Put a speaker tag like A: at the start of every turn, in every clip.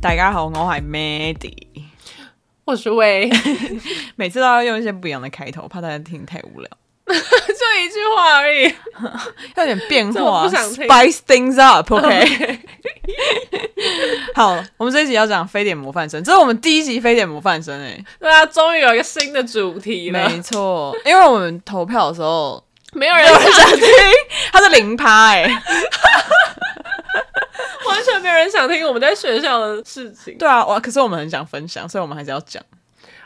A: 大家好，我係 Mandy。
B: 我是 喂，就
A: 每次都要用一些不一样的开头，怕大家听太无聊，
B: 一句话而已。
A: 要有点 变
B: 这我
A: 化
B: 不想听
A: ，spice things up，OK？、好，我们这一集要讲非典模范生，这是我们第一集非典模范生哎、
B: 对啊，终于有一个新的主题了，
A: 没错，因为我们投票的时 候，
B: 没有人想听，
A: 他是零趴哎，
B: 完全没有人想听我们在学校的事情。
A: 对啊，哇，可是我们很想分享，所以我们还是要讲，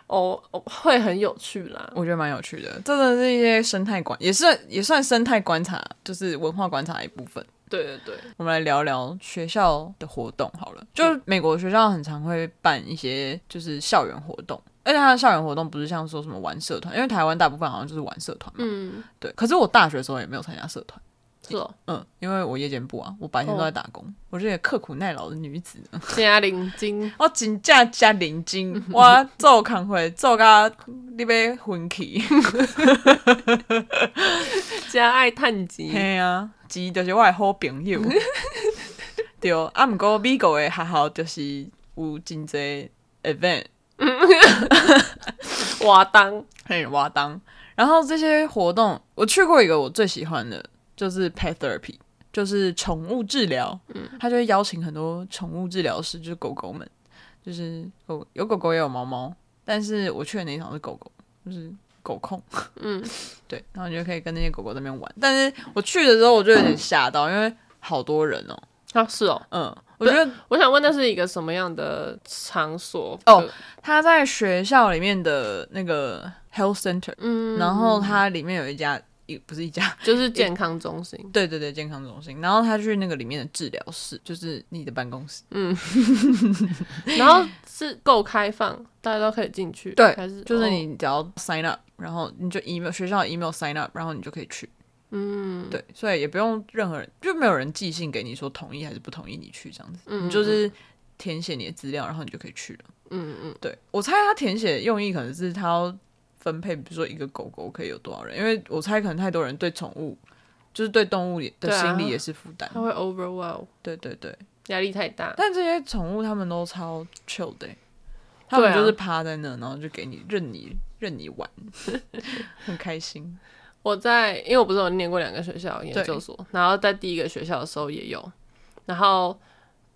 B: 哦，哦会很有趣啦。
A: 我觉得蛮有趣的，这真的是一些生态观，也是也算生态观察，就是文化观察的一部分。
B: 对对对，
A: 我们来聊聊学校的活动好了。就美国学校很常会办一些就是校园活动，而且它的校园活动不是像说什么玩社团，因为台湾大部分好像就是玩社团嘛。
B: 嗯，
A: 对，可是我大学的时候也没有参加社团，
B: 是哦，
A: 嗯，因为我夜间部啊，我白天都在打工，我是一个刻苦耐劳的女子。哦
B: 加领巾，
A: 我真正加零金，我做工会做到你要昏去。
B: 加爱探集，
A: 嘿啊，钱就是我的好朋友。对，啊，毋过美国的学校就是有真济 event，
B: 瓦当，
A: 嘿，活动。然后这些活动，我去过一个我最喜欢的，就是 pet therapy，就是宠物治疗。嗯，他就会邀请很多宠物治疗师，就是狗狗们，就是狗有狗狗也有猫猫，但是我去的那一场是狗狗，就是狗控。
B: 嗯，
A: 对，然后你就可以跟那些狗狗在那边玩。但是我去的时候，我就有点吓到，因为好多人哦。
B: 啊，是哦。
A: 嗯，我觉得
B: 我想问，那是一个什么样的场所？
A: 哦，他在学校里面的那个 health center，、
B: 嗯，
A: 然后它里面有一家，一不是一家，
B: 就是健康中心，
A: 对对对，健康中心。然后他去那个里面的治疗室，就是你的办公室。
B: 然后是够开放，大家都可以进去，
A: 对
B: 还是
A: 就是
B: 哦
A: 你只要 sign up，然后你就 email 学校的 email sign up，然后你就可以去。
B: 嗯，
A: 对，所以也不用任何人，就没有人寄信给你说同意还是不同意你去这样子，
B: 嗯
A: 你就是填写你的资料，然后你就可以去了。
B: 嗯嗯，
A: 对我猜他填写的用意可能是他要分配，比如说一个狗狗可以有多少人，因为我猜可能太多人对宠物，就是对动物也的
B: 对啊
A: 心理也是负担。
B: 它会 overwhelm，
A: 对对对，
B: 压力太大，
A: 但这些宠物它们都超 chill 的欸、它们
B: 对啊
A: 就是趴在那，然后就给你任你任你玩， 很开心。
B: 我在，因为我不是有念过两个学校研究所，然后在第一个学校的时候也有，然后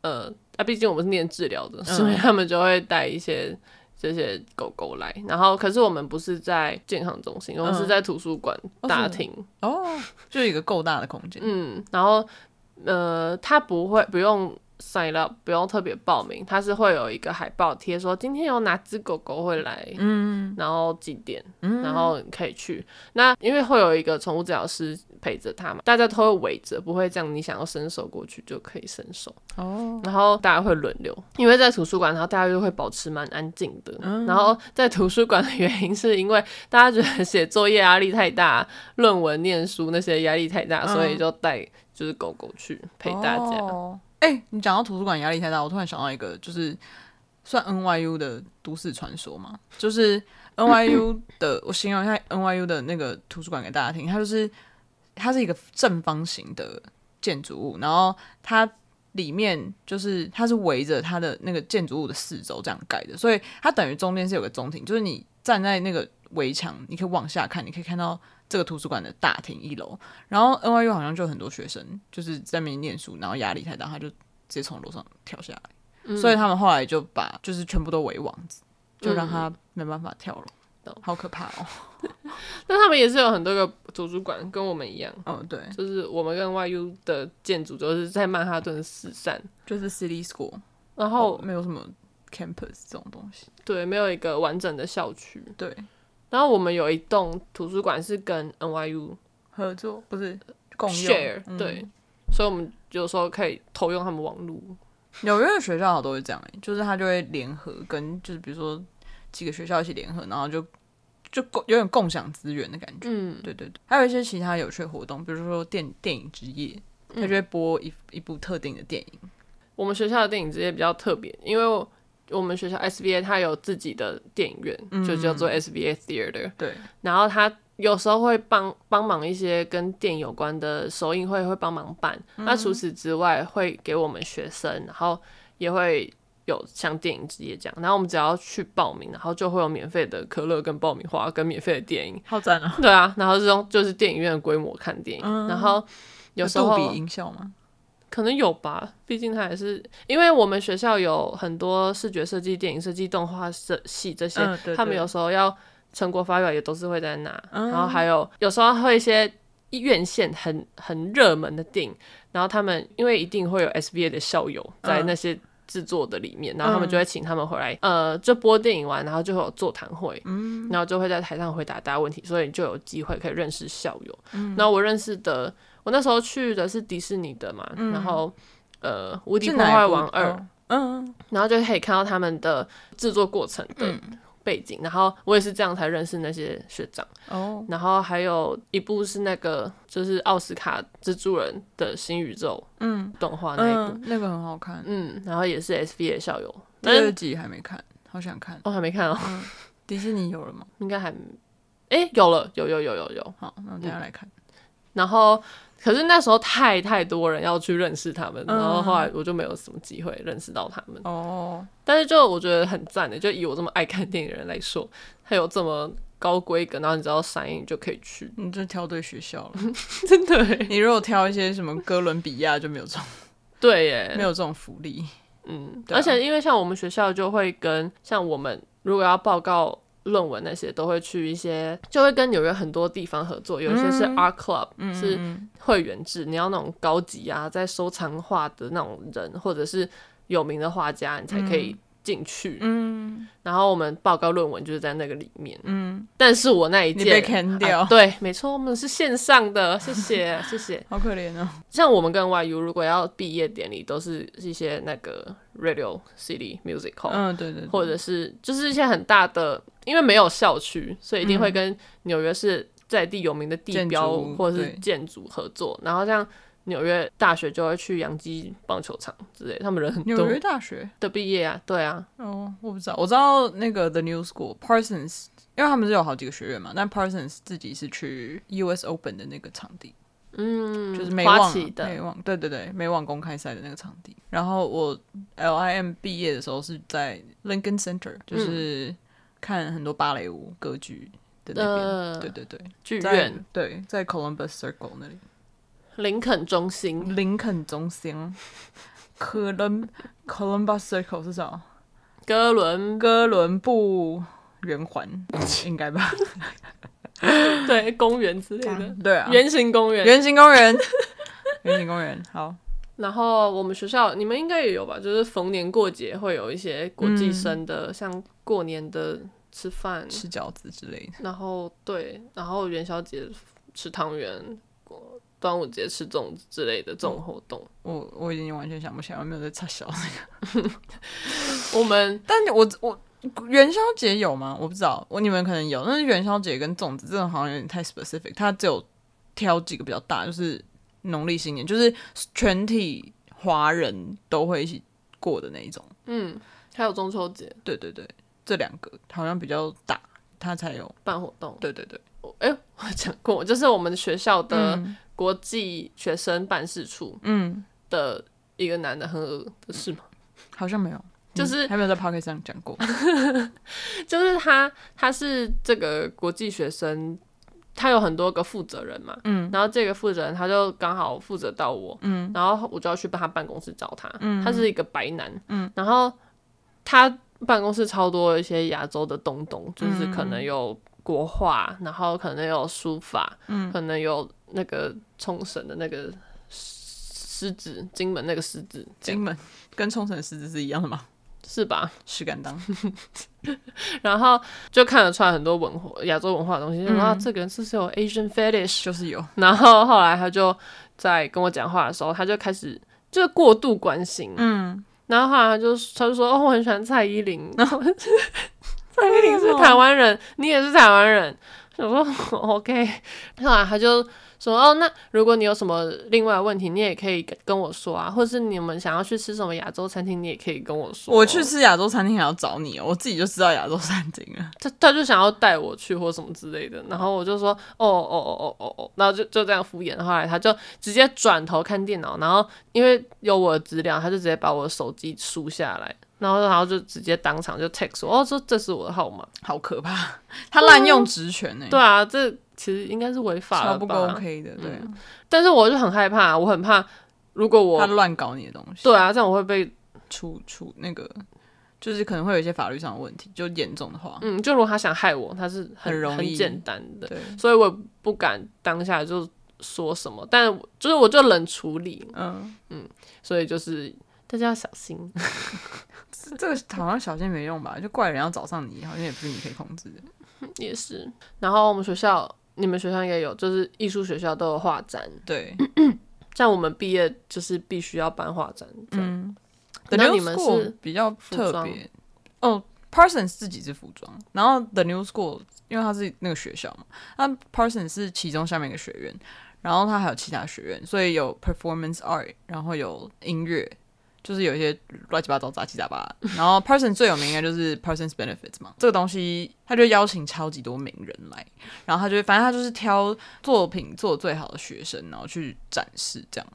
B: 呃，啊，毕竟我们是念治疗的，所以他们就会带一些这些狗狗来，然后可是我们不是在健康中心，我们是在图书馆
A: 哦
B: 大
A: 是
B: 厅，
A: 哦，就一个够大的空间。
B: 嗯，然后呃，他不会不用 sign up，不用特别报名，他是会有一个海报贴说今天有哪只狗狗会来，
A: 嗯，
B: 然后几点，
A: 嗯
B: 然后可以去。那因为会有一个宠物治疗师陪着他嘛，大家都会围着，不会这样，你想要伸手过去就可以伸手。
A: 哦，
B: 然后大家会轮流，因为在图书馆，然后大家就会保持蛮安静的。
A: 嗯
B: 然后在图书馆的原因是因为大家觉得写作业压力太大，论文、念书那些压力太大，
A: 嗯
B: 所以就带就是狗狗去陪大家。
A: 哦哎、你讲到图书馆压力太大，我突然想到一个，就是算 NYU 的都市传说嘛，就是 NYU 的，我形容一下 NYU 的那个图书馆给大家听，它就是它是一个正方形的建筑物，然后它里面就是它是围着它的那个建筑物的四周这样盖的，所以它等于中间是有个中庭，就是你站在那个围墙，你可以往下看，你可以看到这个图书馆的大厅一楼。然后 NYU 好像就有很多学生就是在那边念书，然后压力太大，他就直接从楼上跳下来，
B: 嗯
A: 所以他们后来就把就是全部都围网子，就让他没办法跳楼。
B: 嗯懂
A: 好可怕 哦！
B: 但他们也是有很多个图书馆，跟我们一样，
A: 嗯，对，
B: 就是我们跟 YU 的建筑都是在曼哈顿四散，
A: 就是 City School，
B: 然
A: 哦，
B: 后
A: 没有什么 campus 这种东西。
B: 对没有一个完整的校区。
A: 对，
B: 然后我们有一栋图书馆是跟 NYU
A: 合作不是共用。
B: 呃 share，、
A: 嗯
B: 对，所以我们有时候可以偷用他们网络。
A: 纽约的学校好像都会这样、欸，就是他就会联合跟，就是比如说几个学校一起联合，然后就就共有点共享资源的感觉。
B: 嗯，
A: 对对对，还有一些其他有趣的活动，比如说电电影之夜，他
B: 嗯
A: 就会播一、一部特定的电影。
B: 我们学校的电影职业比较特别，因为我们学校 SBA 它有自己的电影院，
A: 嗯
B: 就叫做 SBA Theater，
A: 对，
B: 然后它。有时候会帮帮忙一些跟电影有关的首映
A: 嗯
B: 会，会帮忙办。那除此之外，会给我们学生，然后也会有像电影之夜这样，然后我们只要去报名，然后就会有免费的可乐跟爆米花跟免费的电影。
A: 好赞哦、
B: 对啊，然后这种就是电影院的规模看电影，然后有时候
A: 嗯杜比音效吗？
B: 可能有吧，毕竟它也是因为我们学校有很多视觉设计、电影设计、动画设系这些，
A: 嗯对
B: 他们
A: 对
B: 有时候要成果发表也都是会在那，
A: 嗯
B: 然后还有有时候会一些院线很很热门的电影，然后他们因为一定会有 SBA 的校友在
A: 嗯
B: 那些。制作的里面，然后他们就会请他们回来，呃，就播电影完，然后就会有座谈会，嗯，然后就会在台上回答大家问题，所以就有机会可以认识校友。嗯，然后我认识的，我那时候去的是迪士尼的嘛，然后呃，《无敌
A: 嗯是
B: 破
A: 哪
B: 坏
A: 一部
B: 王二》
A: 哦嗯，
B: 然后就可以看到他们的制作过程的
A: 嗯
B: 背景。然后我也是这样才认识那些学长。
A: 哦，
B: 然后还有一部是那个就是奥斯卡蜘蛛人的新宇宙
A: 嗯
B: 动画那一部，
A: 嗯，那个很好看，
B: 嗯然后也是 S V 的校友，
A: 第
B: 但是
A: 二集还没看，好想看。
B: 我、哦、还没看哦，
A: 迪士尼有了吗？
B: 应该还哎有了，有有有有有。
A: 好，那我等一下
B: 嗯
A: 来看。
B: 然后可是那时候太太多人要去认识他们，
A: 嗯
B: 然后后来我就没有什么机会认识到他们。
A: 哦，
B: 但是就我觉得很赞的，欸就以我这么爱看电影的人来说，它有这么高规格，然后你知道上映就可以去，
A: 你真挑对学校了。
B: 真的耶
A: 你如果挑一些什么哥伦比亚，就没有 这种
B: 对
A: 没
B: 耶，
A: 有这种福利。
B: 嗯，
A: 对啊
B: 而且因为像我们学校就会跟像我们如果要报告论文那些，都会去一些，就会跟纽约很多地方合作，有一些是
A: 嗯
B: Art Club，、是会员制，你要那种高级啊，在收藏画的那种人，或者是有名的画家，你才可以进去。
A: 嗯，
B: 然后我们报告论文就是在那个里面。嗯，但是我那一届
A: 你被 can 掉
B: 啊对，没错，我们是线上的，谢谢谢谢。
A: 好可怜哦。
B: 像我们跟 YU 如果要毕业典礼，都是一些那个 Radio City Music Hall，、
A: 嗯，对对对，
B: 或者是就是一些很大的，因为没有校区，所以一定会跟纽约市在地有名的地标
A: 嗯建筑
B: 或者是
A: 对
B: 建筑合作。然后像纽约大学就会去洋基棒球场之类，他们人很多
A: 纽约大学。
B: 的毕业啊，对啊，
A: 哦，我不知道，我知道那个 The New School Parsons，因为他们是有好几个学院嘛，但 Parsons 自己是去 US Open 的那个场地，
B: 嗯，
A: 就是啊美
B: 花
A: 网
B: 旗的，
A: 美网，对对对，美网公开赛的那个场地。然后我 LIM 毕业的时候是在 Lincoln Center，就是
B: 嗯
A: 看很多芭蕾舞、歌剧的那边。
B: 呃
A: 对对对，
B: 剧
A: 在
B: 院、
A: 对，在 Columbus Circle 那里，
B: 林肯中心，
A: 林肯中心。科伦 Columbus Circle 是啥？
B: 哥伦
A: 哥伦布圆 环应该吧？
B: 对公园之类的，
A: 对啊，
B: 圆形公园。
A: 圆形公 园，圆形公园，好，
B: 然后我们学校你们应该也有吧，就是逢年过节会有一些国际生的，像过年的吃饭，
A: 吃饺子之类的。
B: 然后对，然后元宵节吃汤圆，端午节吃粽子之类的这种活动。
A: 我我已经完全想不起来，我没有在插小。
B: 我们
A: 但我我元宵节有吗？我不知道，我你们可能有，但是元宵节跟粽子这种好像有点太 specific，它只有挑几个比较大，就是农历新年，就是全体华人都会一起过的那一种。
B: 嗯，还有中秋节
A: 对对对，这两个好像比较大，它才有。
B: 办活动。
A: 对对对，
B: 我哎、我讲过，就是我们学校的
A: 嗯
B: 国际学生办事处
A: 嗯，
B: 的一个男的很恶的事吗？
A: 好像没有，
B: 就是
A: 嗯还没有在 p o c k e t 上讲 过。
B: 就是他，他是这个国际学生，他有很多个负责人嘛，
A: 嗯，
B: 然后这个负责人他就刚好负责到我，
A: 嗯，
B: 然后我就要去办他办公室找他，
A: 嗯
B: 他是一个白男，
A: 嗯，
B: 然后他办公室超多一些亚洲的东东，就是可能有国画，然后可能有书法，
A: 嗯
B: 可能有那个冲绳的那个狮狮子，金门那个狮子，
A: 金门跟冲绳狮子是一样的吗？
B: 是吧？
A: 石敢 当，
B: 然后就看得出来很多文化亚洲文化的东西，
A: 嗯
B: 就说、啊，这个人是不是有 Asian fetish？
A: 就是有，
B: 然后后来他就在跟我讲话的时候，他就开始就是过度关心，
A: 嗯，
B: 然后后来他就他就说哦，我很喜欢蔡依林，然后 蔡依林
A: 为
B: 是
A: 什么
B: 台湾人，你也是台湾人，我说 OK，后来他就说哦，那如果你有什么另外的问题，你也可以跟我说啊，或是你们想要去吃什么亚洲餐厅，你也可以跟我说。
A: 我去吃亚洲餐厅还要找你哦，我自己就知道亚洲餐厅了。
B: 他他就想要带我去或什么之类的，然后我就说哦哦哦哦哦哦，然后就就这样敷衍。后来他就直接转头看电脑，然后因为有我的资料，他就直接把我的手机输下来，然后然后就直接当场就 text 我，哦，这这是我的号码。
A: 好可怕！他滥用职权呢、欸，
B: 对啊，这其实应该是违法
A: 超
B: 了
A: 不
B: 吧？
A: OK 的，对啊，
B: 但是我就很害怕，我很怕如果
A: 他
B: 我
A: 乱搞你的东西，
B: 对啊，这样我会被
A: 出出那个，就是可能会有一些法律上的问题，就严重的话，
B: 嗯，就如果他想害我，他是很
A: 很容易
B: 很简单的，
A: 对，
B: 所以我也不敢当下就说什么，但我就是我就冷处理，
A: 嗯，
B: 所以就是大家要小心。
A: 这这个好像小心没用吧？就怪人要找上你，好像也不是你可以控制的。
B: 也是。然后我们学校，你们学校也有，就是艺术学校都有画展，
A: 对，
B: 像我们毕业就是必须要办画展。嗯，
A: 嗯，
B: 那
A: The New
B: 你们
A: School
B: 是
A: 比较
B: 服
A: 特
B: 装
A: 别哦。Parsons 自己是服装，然后 The New School 因为它是那个学校嘛，那 Parsons 是其中下面一个学院，然后它还有其他学院，所以有 Performance Art，然后有音乐，就是有一些乱七八糟杂七杂八。 然后 Parsons 最有名应该就是 Parsons Benefits 嘛，这个东西他就邀请超级多名人来，然后他就会反正他就是挑作品做得最好的学生，然后去展示这样。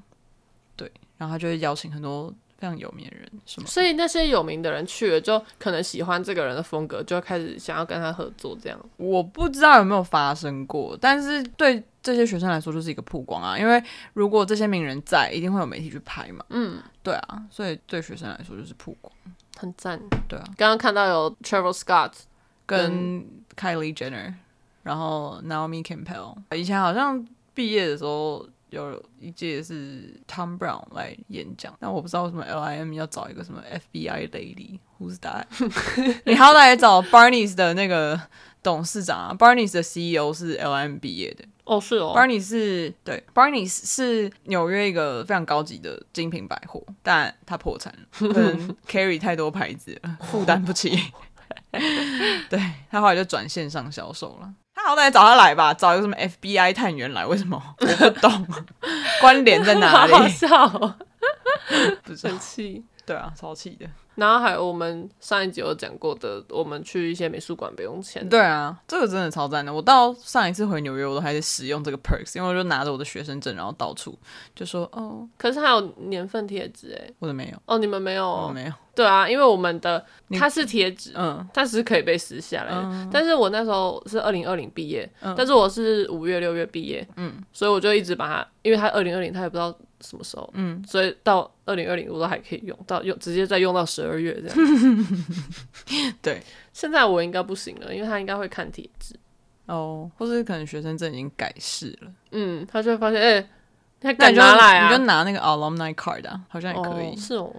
A: 对，然后他就会邀请很多非常有名的人，什么
B: 所以那些有名的人去了，就可能喜欢这个人的风格，就会开始想要跟他合作，这样。
A: 我不知道有没有发生过，但是对这些学生来说就是一个曝光啊，因为如果这些名人在，一定会有媒体去拍嘛。
B: 嗯，
A: 对啊，所以对学生来说就是曝光。
B: 很赞。
A: 对啊，
B: 刚刚看到有 Travel Scott，
A: 跟 Kylie Jenner，然后 Naomi Campbell，以前好像毕业的时候有一届是 Tom Brown 来演讲，但我不知道为什么 LIM 要找一个什么 FBI lady，Who's that？你好歹也找 Barney's 的那个董事长啊，Barney's 的 CEO 是 LIM 毕业的。
B: 哦，是哦
A: Barney 是对，Barney 是纽约一个非常高级的精品百货，但它破产 了，可
B: 嗯
A: 能 carry 太多牌子了，负担不起。 对他后来就转线上销售了。他好歹找他来吧，找一个什么 FBI 探员来，为什么我不 懂？关联在哪
B: 好
A: 里？
B: 好笑、哦，
A: 不知道
B: 很。气。
A: 对啊，超气的。
B: 然后还有我们上一集有讲过的，我们去一些美术馆不用钱。
A: 对啊，这个真的超赞的。我到上一次回纽约，我都还在使用这个 perks，因为我就拿着我的学生证，然后到处就说：“哦，
B: 可是还有年份贴纸哎，
A: 我的没有，
B: 哦，你们没有
A: 我
B: 哦？
A: 的没有。
B: 对啊，因为我们的
A: 你
B: 它是贴纸”，
A: 嗯，
B: 它只是可以被撕下来的。但是我那时候是二零二零毕业，
A: 嗯
B: 但是我是五月六月毕业，
A: 嗯，
B: 所以我就一直把它，因为它二零二零它也不知道什么时候，
A: 嗯，
B: 所以到二零二零我都还可以用到用，直接再用到十二月这样。
A: 对。
B: 现在我应该不行了，因为他应该会看贴纸，
A: 哦，或是可能学生证已经改式了，
B: 嗯，他就会发现，哎、他
A: 那
B: 敢
A: 你就
B: 拿来啊？
A: 你就拿那个 alumni card 啊，好像也可以。啊
B: 哦、是哦，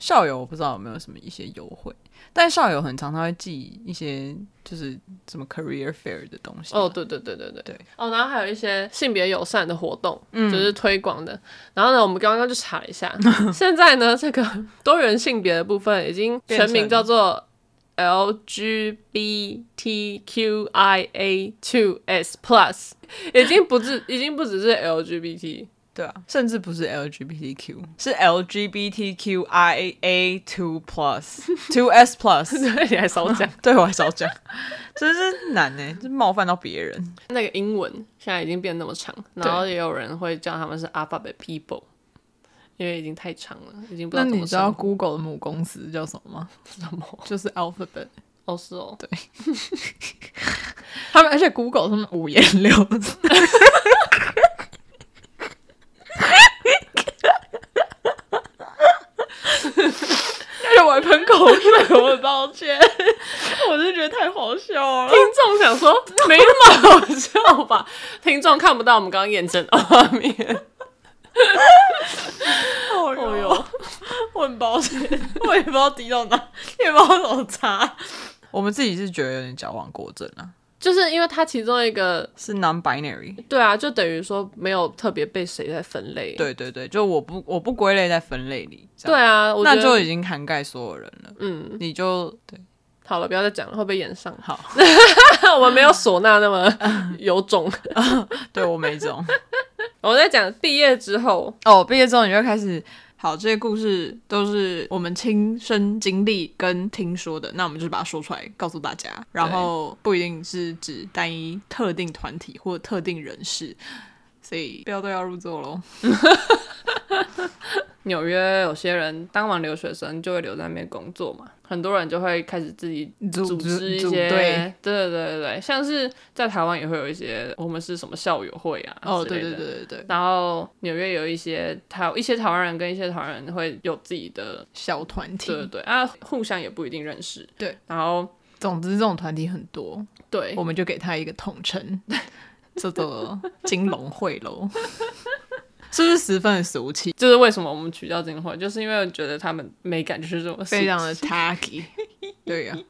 A: 校友我不知道有没有什么一些优惠，但校友很常他会寄一些就是什么 career fair 的东西。啊
B: 哦，，对对对对对
A: 对
B: 哦，然后还有一些性别友善的活动，
A: 嗯
B: 就是推广的。然后呢，我们刚刚就查了一下， 现在呢，这个多元性别的部分已经全名
A: 变成
B: 叫做 LGBTQIA2S Plus，已 经不 是已经不只是 LGBT，
A: 对啊，甚至不是 LGBTQ，是 LGBTQIA two plus two s plus。
B: 对，你还少 讲
A: 对我还少讲，真是难呢、这冒犯到别人。
B: 那个英文现在已经变那么长，然后也有人会叫他们是 Alphabet People。因为已经太长了，已经不知道怎么称呼
A: Google 的母公司叫什么吗？
B: 什么
A: 就是 Alphabet。
B: 哦，是哦，
A: 他们而且 Google 他们五颜六色。而且我还喷口水，我抱歉，我是觉得太好笑 了哎
B: 听。众想说没那么好笑吧？ 听众看不到我们刚刚验证的画面。
A: 哦
B: 哦哟，
A: 我很抱歉，我也不知道滴到哪，也不知道怎么擦。我们自己是觉得有点矫枉过正啊，
B: 就是因为它其中一个，
A: 是 non-binary。
B: 对啊，就等于说没有特别被谁在分类。
A: 对对对，就我不我不归类在分类里，这
B: 对
A: 样
B: 啊，我觉
A: 哦那
B: 得
A: 就已经涵盖所有人了。
B: 嗯，
A: 你就对，
B: 好了，不要再讲了，会被演上。
A: 好，
B: 我们没有唢呐那 么有种。
A: 对我没种。
B: 我在讲毕业之后，
A: 哦，毕业之后你就开始，好，这些故事都是我们亲身经历跟听说的，那我们就是把它说出来告诉大家，然后不一定是指单一特定团体或特定人士，所以不要对号入座喽。
B: 纽约有些人当完留学生就会留在那边工作嘛，很多人就会开始自己
A: 组
B: 组织一
A: 组
B: 些，啊
A: 队，
B: 对对对对对，像是在台湾也会有一些我们是什么校友会啊，
A: 哦，对对。对对对，
B: 然后纽约有一些台一些台湾人跟一些台湾人会有自己的，
A: 小团体
B: 对，对对啊，互相也不一定认识，
A: 对。哦
B: 然后
A: 总之这种团体很多，
B: 对
A: 我们就给他一个统称，叫做金融会喽， 是不是十分的俗气？
B: 这是为什么我们取消金会，就是因为觉得他们美感就是这么
A: 非常的 tacky，对啊呀、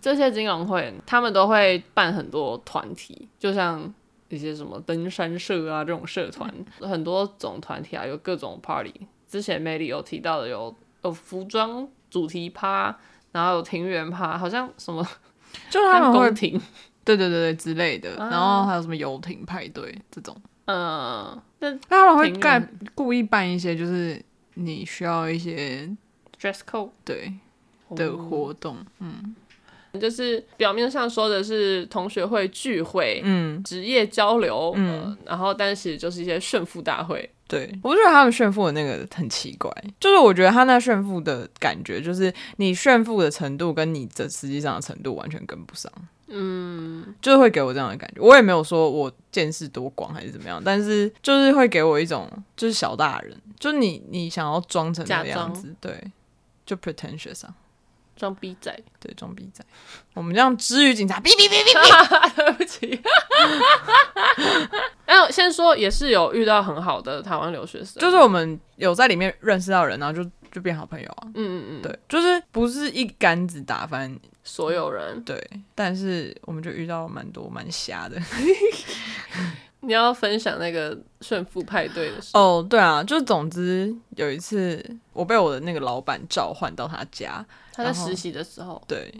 B: 这些金融会，他们都会办很多团体，就像一些什么登山社啊这种社团，很多种团体啊，有各种 party。之前 Melly 有提到的有有服装主题趴，然后有庭园趴，好像什么
A: 就是他们会啊
B: 宫，廷，
A: 对对对对之类的，然后还有什么游艇派对这种，
B: 嗯，那
A: 那他们会
B: 庭院
A: 盖故意办一些，就是你需要一些
B: dress code
A: 对的
B: 哦
A: 活动，
B: 就是表面上说的是同学会聚会、
A: 嗯，
B: 职业交流，
A: 嗯
B: 呃然后但其实就是一些炫富大会，
A: 对，我觉得他们炫富的那个很奇怪，就是我觉得他那炫富的感觉，就是你炫富的程度跟你的实际上的程度完全跟不上，嗯，就是会给我这样的感觉。我也没有说我见识多广还是怎么样，但是就是会给我一种就是小大人，就是你你想要装成那
B: 假
A: 个样
B: 装
A: 子，对，就 pretentious 啊，
B: 装逼仔。
A: 对，装逼仔。我们这样之于警察，哔哔哔哔，
B: 对不起。 那先说也是有遇到很好的台湾留学生，
A: 就是我们有在里面认识到人，然后就就变好朋友啊。
B: 嗯嗯嗯，
A: 对，就是不是一竿子打翻
B: 所有人，
A: 对，但是我们就遇到蛮多蛮瞎的。
B: 你要分享那个炫富派对的事哦，
A: 哦，对啊，就总之有一次，我被我的那个老板召唤到他家，
B: 他在实习的时候，
A: 对，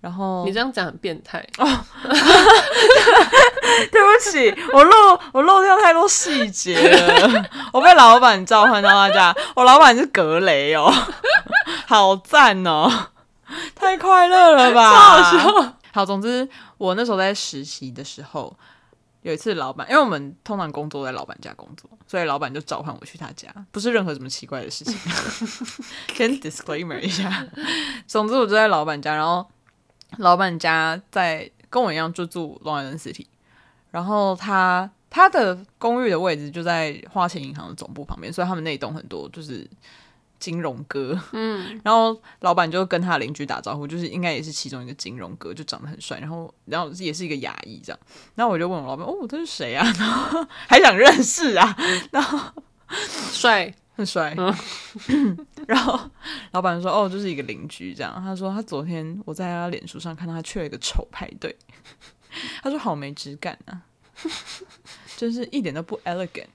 A: 然后哦
B: 你这样讲很变态，
A: 对不起，我漏我漏掉太多细节了，我被老板召唤到他家，我老板是格雷哦，好赞哦，太快乐了 吧，
B: 好笑。
A: 好，总之我那时候在实习的时候，有一次老板，因为我们通常工作在老板家工作，所以老板就召唤我去他家，不是任何什么奇怪的事情。 先 disclaimer 一下，总之我就在老板家，然后老板家在跟我一样就住 Long Island City，然后他。他的公寓的位置就在花旗银行的总部旁边，所以他们那一栋很多就是金融哥，
B: 嗯，
A: 然后老板就跟他邻居打招呼，就是应该也是其中一个金融哥，就长得很帅，然后然后也是一个亚裔这样。然后我就问我老板，哦，这是谁啊？ 然后还想认识啊，
B: 帅，
A: 很帅。 然后老板说，哦，就是一个邻居这样。他说他昨天我在他脸书上看到他去了一个丑派对， 他说好没质感啊， 真是一点都不 elegant。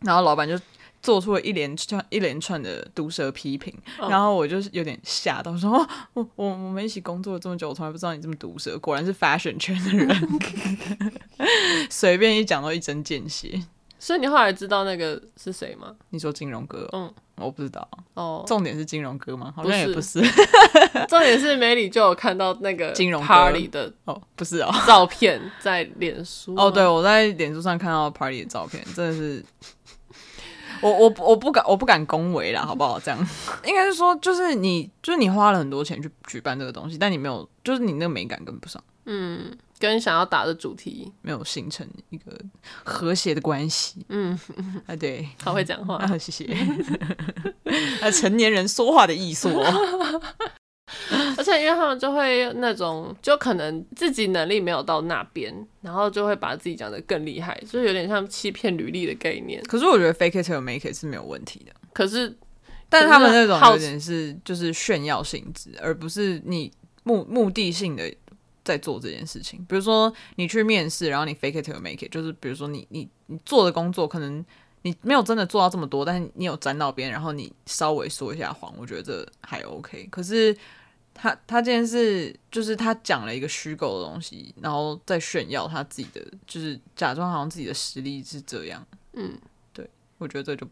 A: 然后老板就。做出了一连串一连串的毒舌批评，
B: 哦
A: 然后我就是有点吓到，说 哦我我我们一起工作了这么久，我从来不知道你这么毒舌，果然是 fashion 圈的人， 随便一讲都一针见血。
B: 所以你后来知道那个是谁吗？
A: 你说金融哥哦，
B: 嗯
A: 我不知道，
B: 哦，
A: 重点是金融哥吗？好
B: 不
A: 像也
B: 是
A: 不是
B: 重点是美里就有看到那个
A: 金融哥
B: party 的
A: 哦，不是哦。
B: 照片在脸书吗
A: 哦，对，，我在脸书上看到 party 的照片，真的是，我我我不敢我不敢恭维啦，好不好？这样 应该是说，就是你就是你花了很多钱去举办这个东西，但你没有，就是你那个美感跟不上，
B: 嗯，跟想要打的主题，
A: 没有形成一个和谐的关系。
B: 嗯，
A: 啊，对，
B: 好会讲话，
A: 啊，谢 谢。啊，成年人说话的艺术 哦。
B: 而且因为他们就会那种，就可能自己能力没有到那边，然后就会把自己讲得更厉害，就是有点像欺骗履历的概念。
A: 可是我觉得 fake it till you make it 是没有问题的。
B: 可是
A: 但是他们那种
B: 好
A: 有点是就是炫耀性质，而不是你目目的性的在做这件事情。比如说你去面试，然后你 fake it till you make it，就是比如说你你你做的工作可能你没有真的做到这么多，但是你有沾到边，然后你稍微说一下谎，我觉得这还 OK。可是他他这件事就是他讲了一个虚构的东西，然后再炫耀他自己的，就是假装好像自己的实力是这样。
B: 嗯，
A: 对，我觉得这就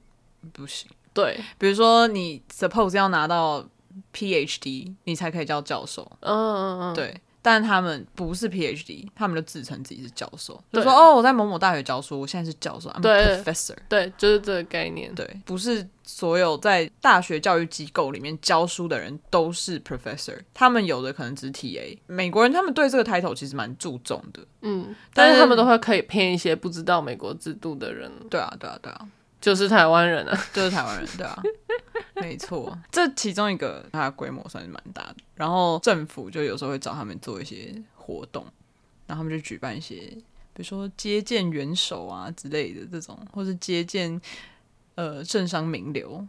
A: 不行。
B: 对，
A: 比如说你 suppose 要拿到 PhD，你才可以叫教授，
B: 嗯嗯嗯，
A: 对。但他们不是 PhD，他们就自称自己是教授，就
B: 对
A: 说哦，我在某某大学教书，我现在是教授，I'm
B: 对
A: a professor。
B: 对，就是这个概念。
A: 对，不是所有在大学教育机构里面教书的人都是 professor，他们有的可能只是 TA。美国人他们对这个 title 其实蛮注重的，
B: 嗯，
A: 但
B: 但
A: 是
B: 是他们都会可以骗一些不知道美国制度的人，
A: 对啊，对啊，对啊，
B: 就是台湾人啊。
A: 就是台湾人，对啊，没错，这其中一个它的规模算是蛮大的，然后政府就有时候会找他们做一些活动，然后他们就举办一些，比如说接见元首啊之类的这种，或是接见呃政商名流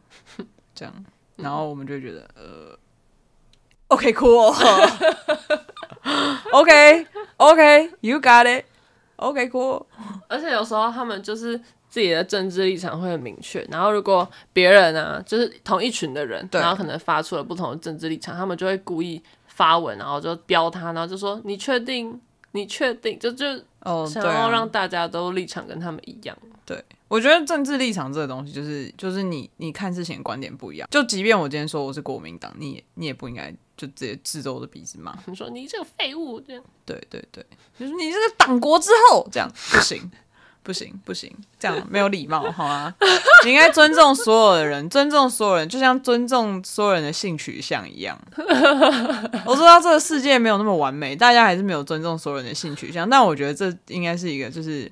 A: 这样，然后我们就会觉得呃，OK cool，OK OK you got it。OK, cool。
B: 而且有时候他们就是自己的政治立场会很明确，然后如果别人啊，就是同一群的人，
A: 对
B: 然后可能发出了不同的政治立场，他们就会故意发文，然后就标他，然后就说你确定？你确定？就就
A: 哦，对
B: 想
A: 啊
B: 要让大家都立场跟他们一样。
A: 对，我觉得政治立场这个东西，就是就是你你看事情的观点不一样。就即便我今天说我是国民党，你也你也不应该就直接指着我的鼻子骂。
B: 你说你这个废物，这样
A: 对对对，就是你这个党国之后，这样不行。 不行不行，这样没有礼貌， 好吗？你应该尊重所有的人，尊重所有人，就像尊重所有人的性取向一样。 我知道这个世界没有那么完美，大家还是没有尊重所有人的性取向，但我觉得这应该是一个就是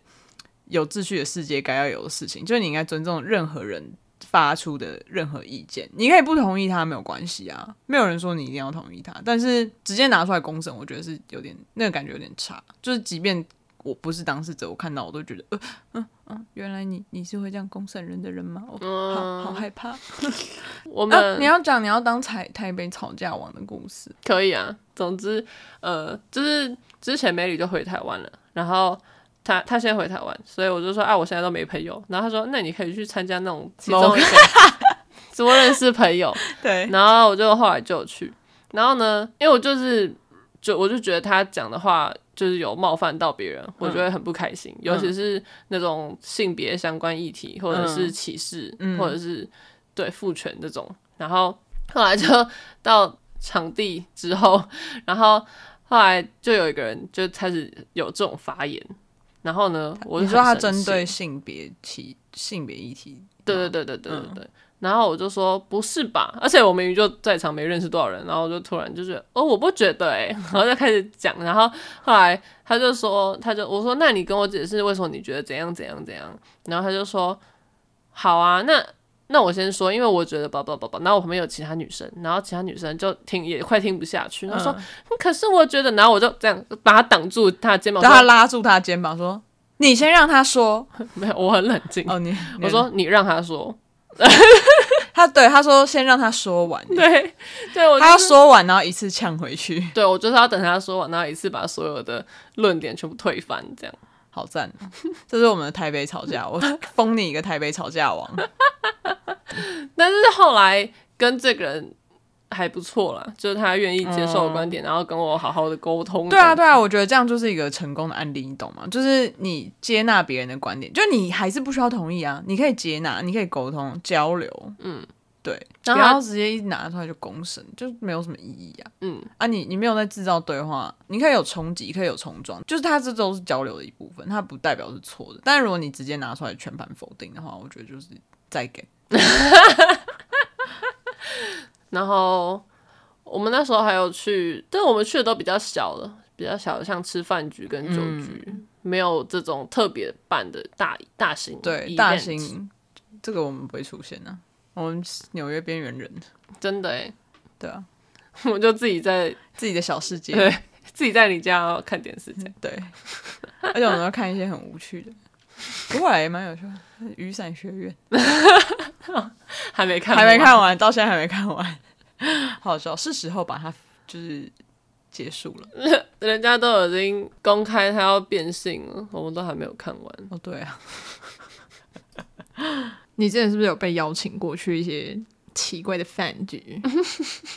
A: 有秩序的世界该要有的事情，就是你应该尊重任何人发出的任何意见，你可以不同意他没有关系啊，没有人说你一定要同意他，但是直接拿出来公审，我觉得是有点那个感觉有点差，就是即便。我不是当事者，我看到我都觉得，呃，嗯嗯，原来你你是会这样公审人的人吗？我好好害怕。
B: 嗯我们、
A: 啊，你要讲你要当台台北吵架王的故事，
B: 可以啊，总之，呃，就是之前美女就回台湾了，然后她她先回台湾，所以我就说啊，我现在都没朋友。然后她说，那你可以去参加那种其中一 个怎么认识朋友。
A: 对，
B: 然后我就后来就有去，然后呢，因为我就是就我就觉得她讲的话就是有冒犯到别
A: 嗯
B: 人，我就会很不开心，尤其是那种性别相关议题，或者是歧视，
A: 嗯
B: 或者是对父权这种。然后后来就到场地之后， 然后后来就有一个人就开始有这种发言，然后呢，我就
A: 你说他
B: 很生
A: 针
B: 气
A: 对性别歧性别议题，
B: 对对对对对对对。然后我就说不是吧，而且我明明就在场没认识多少人，然后我就突然就觉得哦，我不觉得哎、然后就开始讲，然后后来他就说，他就我说那你跟我解释为什么你觉得怎样怎样怎样，然后他就说好啊，那那我先说，因为我觉得叭叭叭叭，然后我旁边有其他女生，然后其他女生就听也快听不下去，然后说、可是我觉得，然后我就这样把他挡住他的肩膀，
A: 然后他
B: 说
A: 拉住他肩膀说：“你先让他说。
B: 没有，我很冷”静，
A: 哦，你
B: 我说你让他说，
A: 他对他说先让他说完，
B: 对对，我就
A: 他要
B: 是
A: 说完，然后一次呛回去，
B: 对，我就是要等他说完，然后一次把所有的论点全部推翻，这样。
A: 好赞哦！这是我们的台北吵架，我封你一个台北吵架王。
B: 但是后来跟这个人还不错啦，就是他愿意接受我观点，然后跟我好好的沟通。
A: 嗯对啊，
B: 这样，
A: 对啊，我觉得这样就是一个成功的案例，你懂吗？就是你接纳别人的观点，就你还是不需要同意啊，你可以接纳，你可以沟通交流，嗯，对，不
B: 然后他
A: 要直接一拿出来就公审，就没有什么意义啊。
B: 嗯，
A: 啊你，你没有在制造对话，你可以有冲击，可以有冲撞，就是它这都是交流的一部分，它不代表是错的。但如果你直接拿出来全盘否定的话，我觉得就是再给。
B: 然后我们那时候还有去，但我们去的都比较小的，比较小的，像吃饭局跟酒局，
A: 嗯
B: 没有这种特别办的大大型
A: 对，
B: event
A: 大型这个我们不会出现啊，我们是纽约边缘人，
B: 真的欸，
A: 对啊，
B: 我就自己在
A: 自己的小 世界。
B: 对自己在你家看电视这样。
A: 对，而且我们要看一些很无趣的，不过也蛮有趣的。雨伞学院
B: 还没看，
A: 还没看，完，到现在还没看完， 好笑。是时候把它就是结束了。
B: 人家都已经公开他要变性了，我们都还没有看完。
A: 哦，对啊， 你之前是不是有被邀请过去一些奇怪的饭局？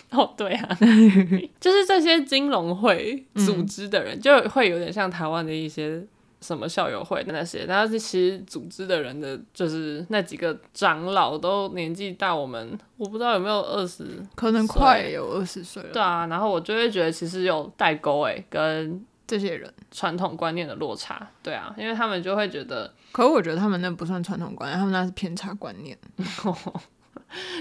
B: 哦，对啊， 就是这些金融会组织的人，就会有点像台湾的一些什么校友会那些，但是其实组织的人的，就是那几个长老都年纪大，我们我不知道有没有二十，
A: 可能快有二十岁了。
B: 对啊，然后我就会觉得其实有代沟诶、跟
A: 这些人，
B: 传统观念的落差。对啊，因为他们就会觉得，
A: 可是我觉得他们那不算传统观念，他们那是偏差观念。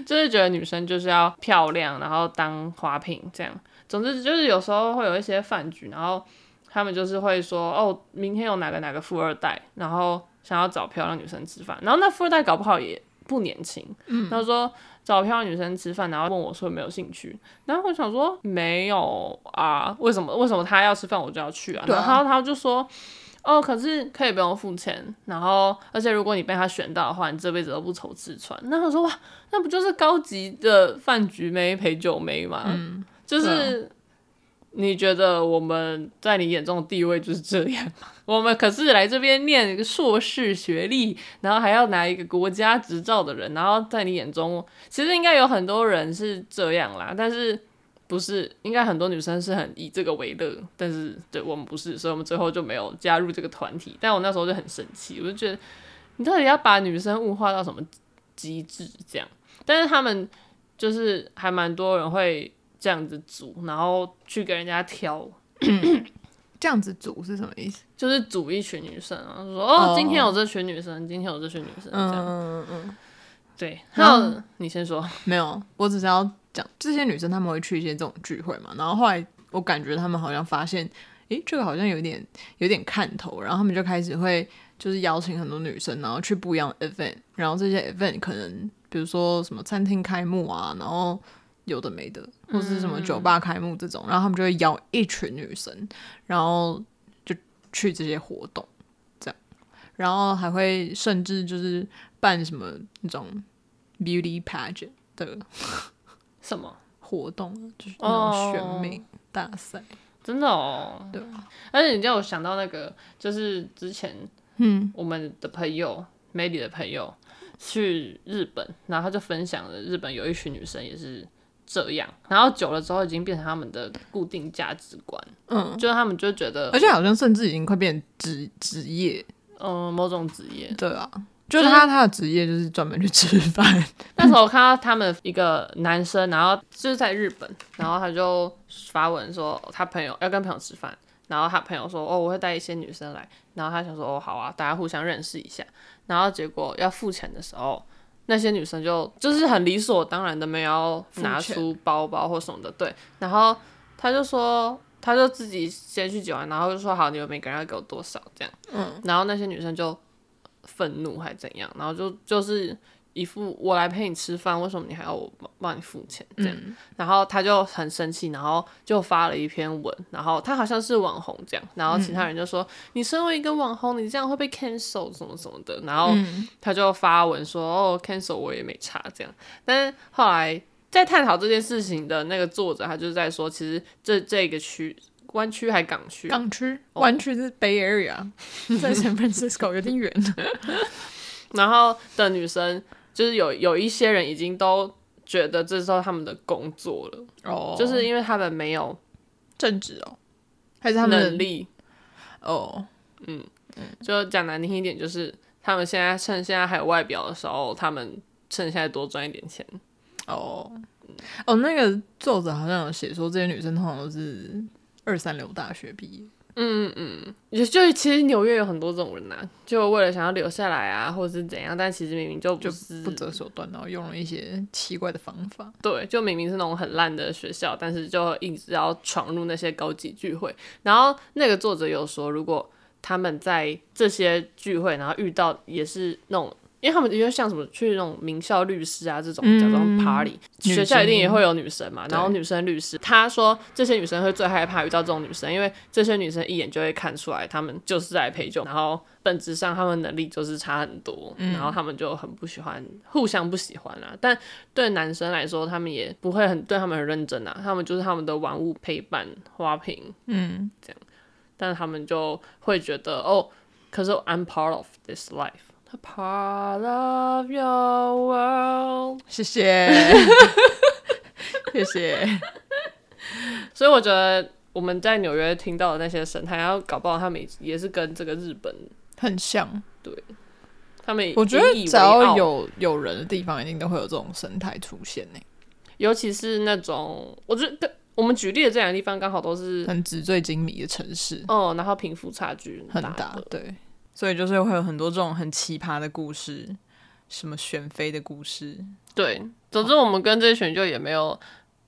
B: 就是觉得女生就是要漂亮，然后当花瓶这样。总之就是有时候会有一些饭局，然后他们就是会说，哦，明天有哪个哪个富二代，然后想要找漂亮女生吃饭，然后那富二代搞不好也不年轻，嗯，他说找漂亮女生吃饭，然后问我说有没有兴趣，然后我想说没有啊，为什么为什么他要吃饭我就要去啊？
A: 对啊
B: 然后他就说。哦，可是可以不用付钱，然后而且如果你被他选到的话，你这辈子都不愁吃穿。那我说哇，那不就是高级的饭局妹陪酒妹吗？
A: 嗯，
B: 就
A: 对
B: 是你觉得我们在你眼中的地位就是这样吗？ 我们可是来这边念一个硕士学历，然后还要拿一个国家执照的人，然后在你眼中，其实应该有很多人是这样啦，但是不是？应该很多女生是很以这个为乐，但是对我们不是，所以我们最后就没有加入这个团体。但我那时候就很生气，我就觉得你到底要把女生物化到什么极致这样？但是他们就是还蛮多人会这样子组，然后去给人家挑，
A: 这样子组是什么意思？
B: 就是组一群女生啊，说
A: 哦
B: 哦，今天有这群女生，今天有这群女生，这样、
A: 嗯嗯嗯，
B: 对。
A: 然
B: 还
A: 后
B: 有你先说，
A: 没有，我只是要讲这些女生她们会去一些这种聚会嘛，然后后来我感觉她们好像发现，诶，这个好像有点有点看头，然后她们就开始会就是邀请很多女生，然后去不一样的 event，然后这些 event 可能比如说什么餐厅开幕啊，然后。有的没的，或是什么酒吧开幕这种，然后他们就会邀一群女生，然后就去这些活动，这样，然后还会甚至就是办什么那种 beauty pageant 的
B: 什么？
A: 活动，就是那种选美大赛。
B: 真的哦，
A: 对。
B: 而且你叫我想到那个，就是之前，嗯，我们的朋友 Mandy 的朋友去日本，然后他就分享了日本有一群女生也是这样，然后久了之后已经变成他们的固定价值观，
A: 嗯，
B: 就是他们就觉得
A: 而，且好像甚至已经快变职职业，
B: 嗯、某种职业，
A: 对啊，就是他他的职业就是专门去吃 饭，
B: 那时候我看到他们一个男生，然后就是在日本，然后他就发文说哦他朋友要跟朋友吃饭，然后他朋友说哦我会带一些女生来，然后他想说哦好啊，大家互相认识一下，然后结果要付钱的时候，那些女生就就是很理所当然的没有要拿
A: 付钱
B: 出包包或什么的，对，然后他就说他就自己先去结完，然后就说好你们每个人要给我多少这样，嗯，然后那些女生就愤怒还怎样，然后就就是。一副我来陪你吃饭，为什么你还要我帮帮你付钱这样？然后他就很生气，然后就发了一篇文，然后他好像是网红这样，然后其他人就说、你身为一个网红，你这样会被 cancel 什么什么的，然后
A: 嗯
B: 他就发文说哦 cancel 我也没差这样，但是后来在探讨这件事情的那个作者，他就是在说，其实这这个区湾区还港区，
A: 港区湾区是 Bay Area，在 San Francisco 有点远。
B: 然后的女生就是有有一些人已经都觉得这是他们的工作了。
A: 哦
B: 就是因为他们没有
A: 正职哦，还是他们
B: 能
A: 的
B: 力，
A: 哦，
B: 就讲难听一点，就是他们现在趁现在还有外表的时候，他们趁现在多赚一点钱。
A: 哦，哦，那个作者好像有写说，这些女生通常都是二三流大学毕业。
B: 嗯嗯，嗯，也就其实纽约有很多这种人呐、啊就为了想要留下来啊，或者是怎样，但其实明明就不
A: 就是不择手段，然后用了一些奇怪的方法。
B: 对，就明明是那种很烂的学校，但是就一直要闯入那些高级聚会。然后那个作者有说，如果他们在这些聚会，然后遇到也是那种，因为他们因为像什么去那种名校律师啊这种假装 party，、
A: 嗯女
B: 学校一定
A: 生
B: 也会有女生嘛，
A: 对
B: 然后女生律师，他说这些女生会最害怕遇到这种女生，因为这些女生一眼就会看出来她们就是在陪酒，然后本质上她们能力就是差很多，然后她们就很不喜欢，互相不喜欢啊。但对男生来说，他们也不会很对他们很认真啊，他们就是他们的玩物陪伴花瓶，
A: 嗯，
B: 但他们就会觉得哦，可是 I'm part of this life。Part of your world，
A: 谢 谢，谢谢。
B: 所以我觉得我们在纽约听到的那些神还要搞不好他们也也是跟这个日本，
A: 很像。
B: 他们
A: 我觉得
B: 引以为
A: 只要
B: 傲，
A: 有有人的地方，一定都会有这种生态出现欸呢、
B: 尤其是那种，我觉得我们举例的这两个地方刚好都是，
A: 很纸醉金迷的城市，
B: 哦、然后贫富差距
A: 很
B: 大
A: 大
B: 的。。
A: 对，
C: 所以就是会有很多这种很奇葩的故事，什么选妃的故事，
B: 对，总之我们跟这些选秀也没有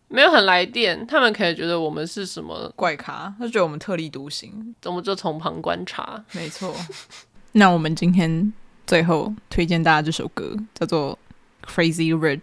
B: 没有很来电，他们可能觉得我们是什么，
C: 怪咖，他就觉得我们特立独行，
B: 我们就从旁观察。
C: 没 错。
A: 那我们今天最后推荐大家这首歌，叫做《Crazy Rich》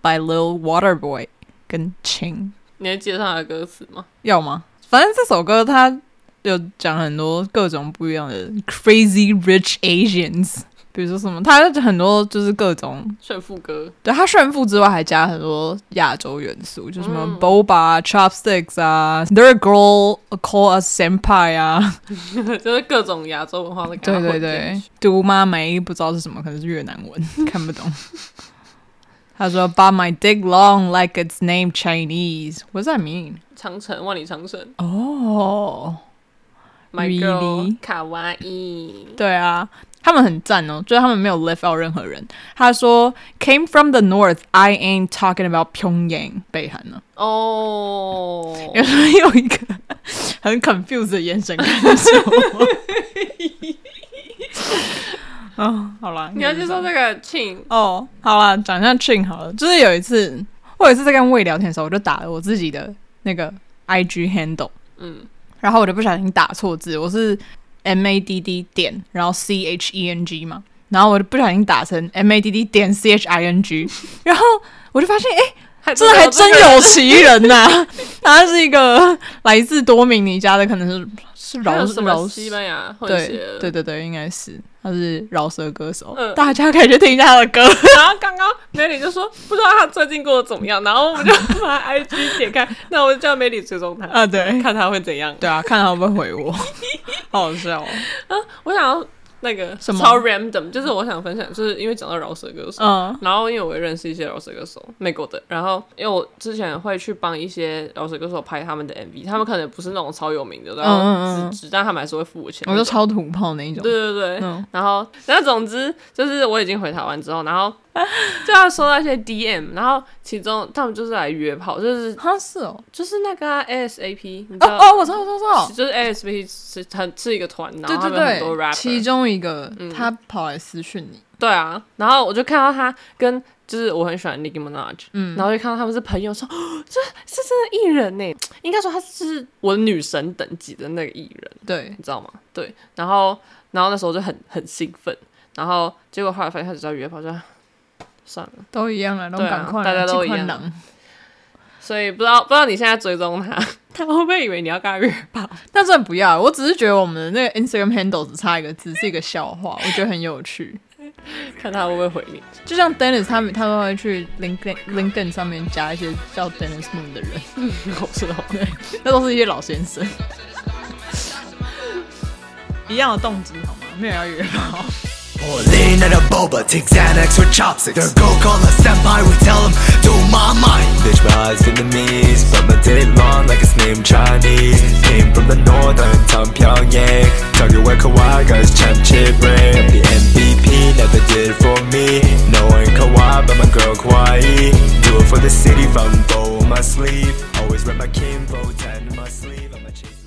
A: by Lil Waterboy 跟 Ching，
B: 你还记得他的歌词吗？
A: 要吗？反正这首歌它有讲很多各种不一样的 Crazy Rich Asians，比如说什么，它很多就是各种
B: 炫富歌，
A: 对它炫富之外，还加很多亚洲元素，就什么
B: 嗯
A: boba 啊、chopsticks 啊，they're a girl call us senpai 啊，
B: 就是各种亚洲文化的 感
A: 对对
B: 觉。
A: 对，读妈没不知道是什么，可能是越南文， 看不懂。他说，But my dick long like it's named Chinese. What does that mean?
B: 长城万里长城
A: 哦、
B: ，My
A: Really？
B: girl，卡哇伊。
A: 对啊，他们很赞哦，就是他们没有 left out 任何人。他说，Came from the north, I ain't talking about Pyongyang，北韩呢。
B: 哦，
A: 有时候用一个很 confused 的眼神看着我。 哦，好啦，
B: 你要接受这个庆
A: 哦，好啦，讲一下 Chin 好了，就是有一次，我有一次在跟魏聊天的时候，我就打了我自己的那个 IG handle，
B: 嗯
A: 然后我就不小心打错字，我是 M A D D 点，然后 C H E N G 嘛，然后我就不小心打成 M A D D 点 C H I N G，然后 我就发现，哎、
B: 还
A: 这还真有其人呐、 他是一个来自多米尼加的，可能是是
B: 还
A: 饶
B: 有什
A: 饶
B: 么西班牙混血
A: 对
B: 的
A: 对对对，应该是他是饶舌歌手，
B: 嗯
A: 大家可以去听一下他的歌。
B: 然后刚刚梅里就说不知道他最近过得怎么样，然后我们就把 IG 点开，那我就叫梅里追踪 他，呃
A: 啊，对
B: 看他会怎样。
A: 对啊，看他会不会回 我，好好笑、哦。
B: 我想要那个
A: 什么
B: 超 random，就是我想分享，就是因为讲到饶舌歌手，
A: 嗯
B: 然后因为我也认识一些饶舌歌手，美国的。然后因为我之前会去帮一些饶舌歌手拍他们的 MV，他们可能不是那种超有名的，然
A: 嗯嗯
B: 后
A: 嗯
B: 只只，但他们还是会付我钱那
A: 我
B: 种。
A: 就超土炮那一种
B: 对。对对，
A: 嗯
B: 然后那总之就是我已经回台湾之后，然后 就要收到一些 DM，然后其中他们就是来约炮，就是
A: 他是哦，
B: 就是那个啊 ASAP，你
A: 哦
B: 知道。
A: 哦，我知道，我知道我知道，
B: 就是 ASP 是很是一个团，然
A: 对
B: 后他
A: 对
B: 们很多
A: 对，其
B: rapper，
A: 中一个
B: 嗯
A: 他跑来私讯你，
B: 对啊，然后我就看到他跟就是我很喜欢 Nicki Minaj，
A: 嗯，
B: 然后就看到他们是朋友说， 哦这是真的艺人呢，应该说他是我女神等级的那个艺人，
A: 对，
B: 你知道吗？对，然后然后那时候就很很兴奋，然后结果后来发现他只是要约炮，就啊算了。
A: 都一样啊，都
B: 对啊
A: 赶快啊，
B: 大家都一样
A: 这款狼
B: 所以不知道不知道你现在追踪他， 他会不会以为你要跟他约 炮？
A: 但真的不要，我只是觉得我们的那个 Instagram handle 只差一个字，是一个笑话，我觉得很有趣。
B: 看他会不会回你？
A: 就像 Dennis 他们，他们会去 LinkedIn LinkedIn 上面加一些叫 Dennis Moon 的人，
B: 我知道。
C: 哦
A: 那都是一些老先生，
C: 一样的动机好吗？没有要约炮。
D: Or lean at a boba, take Xanax or chopsticks. Their go call a senpai, we tell them, do my mind.
E: Bitch, my eyes Vietnamese, but my dick long like it's named Chinese. Came from the north, I'm from Pyongyang. Talking where Kawhi guys championship ring. I'm the MVP, never did it for me. No one Kawhi, but my girl Kawaii. Do it for the city, from bow on my sleeve. Always wear my Kimbo, tan in my sleeve. I'm a chase.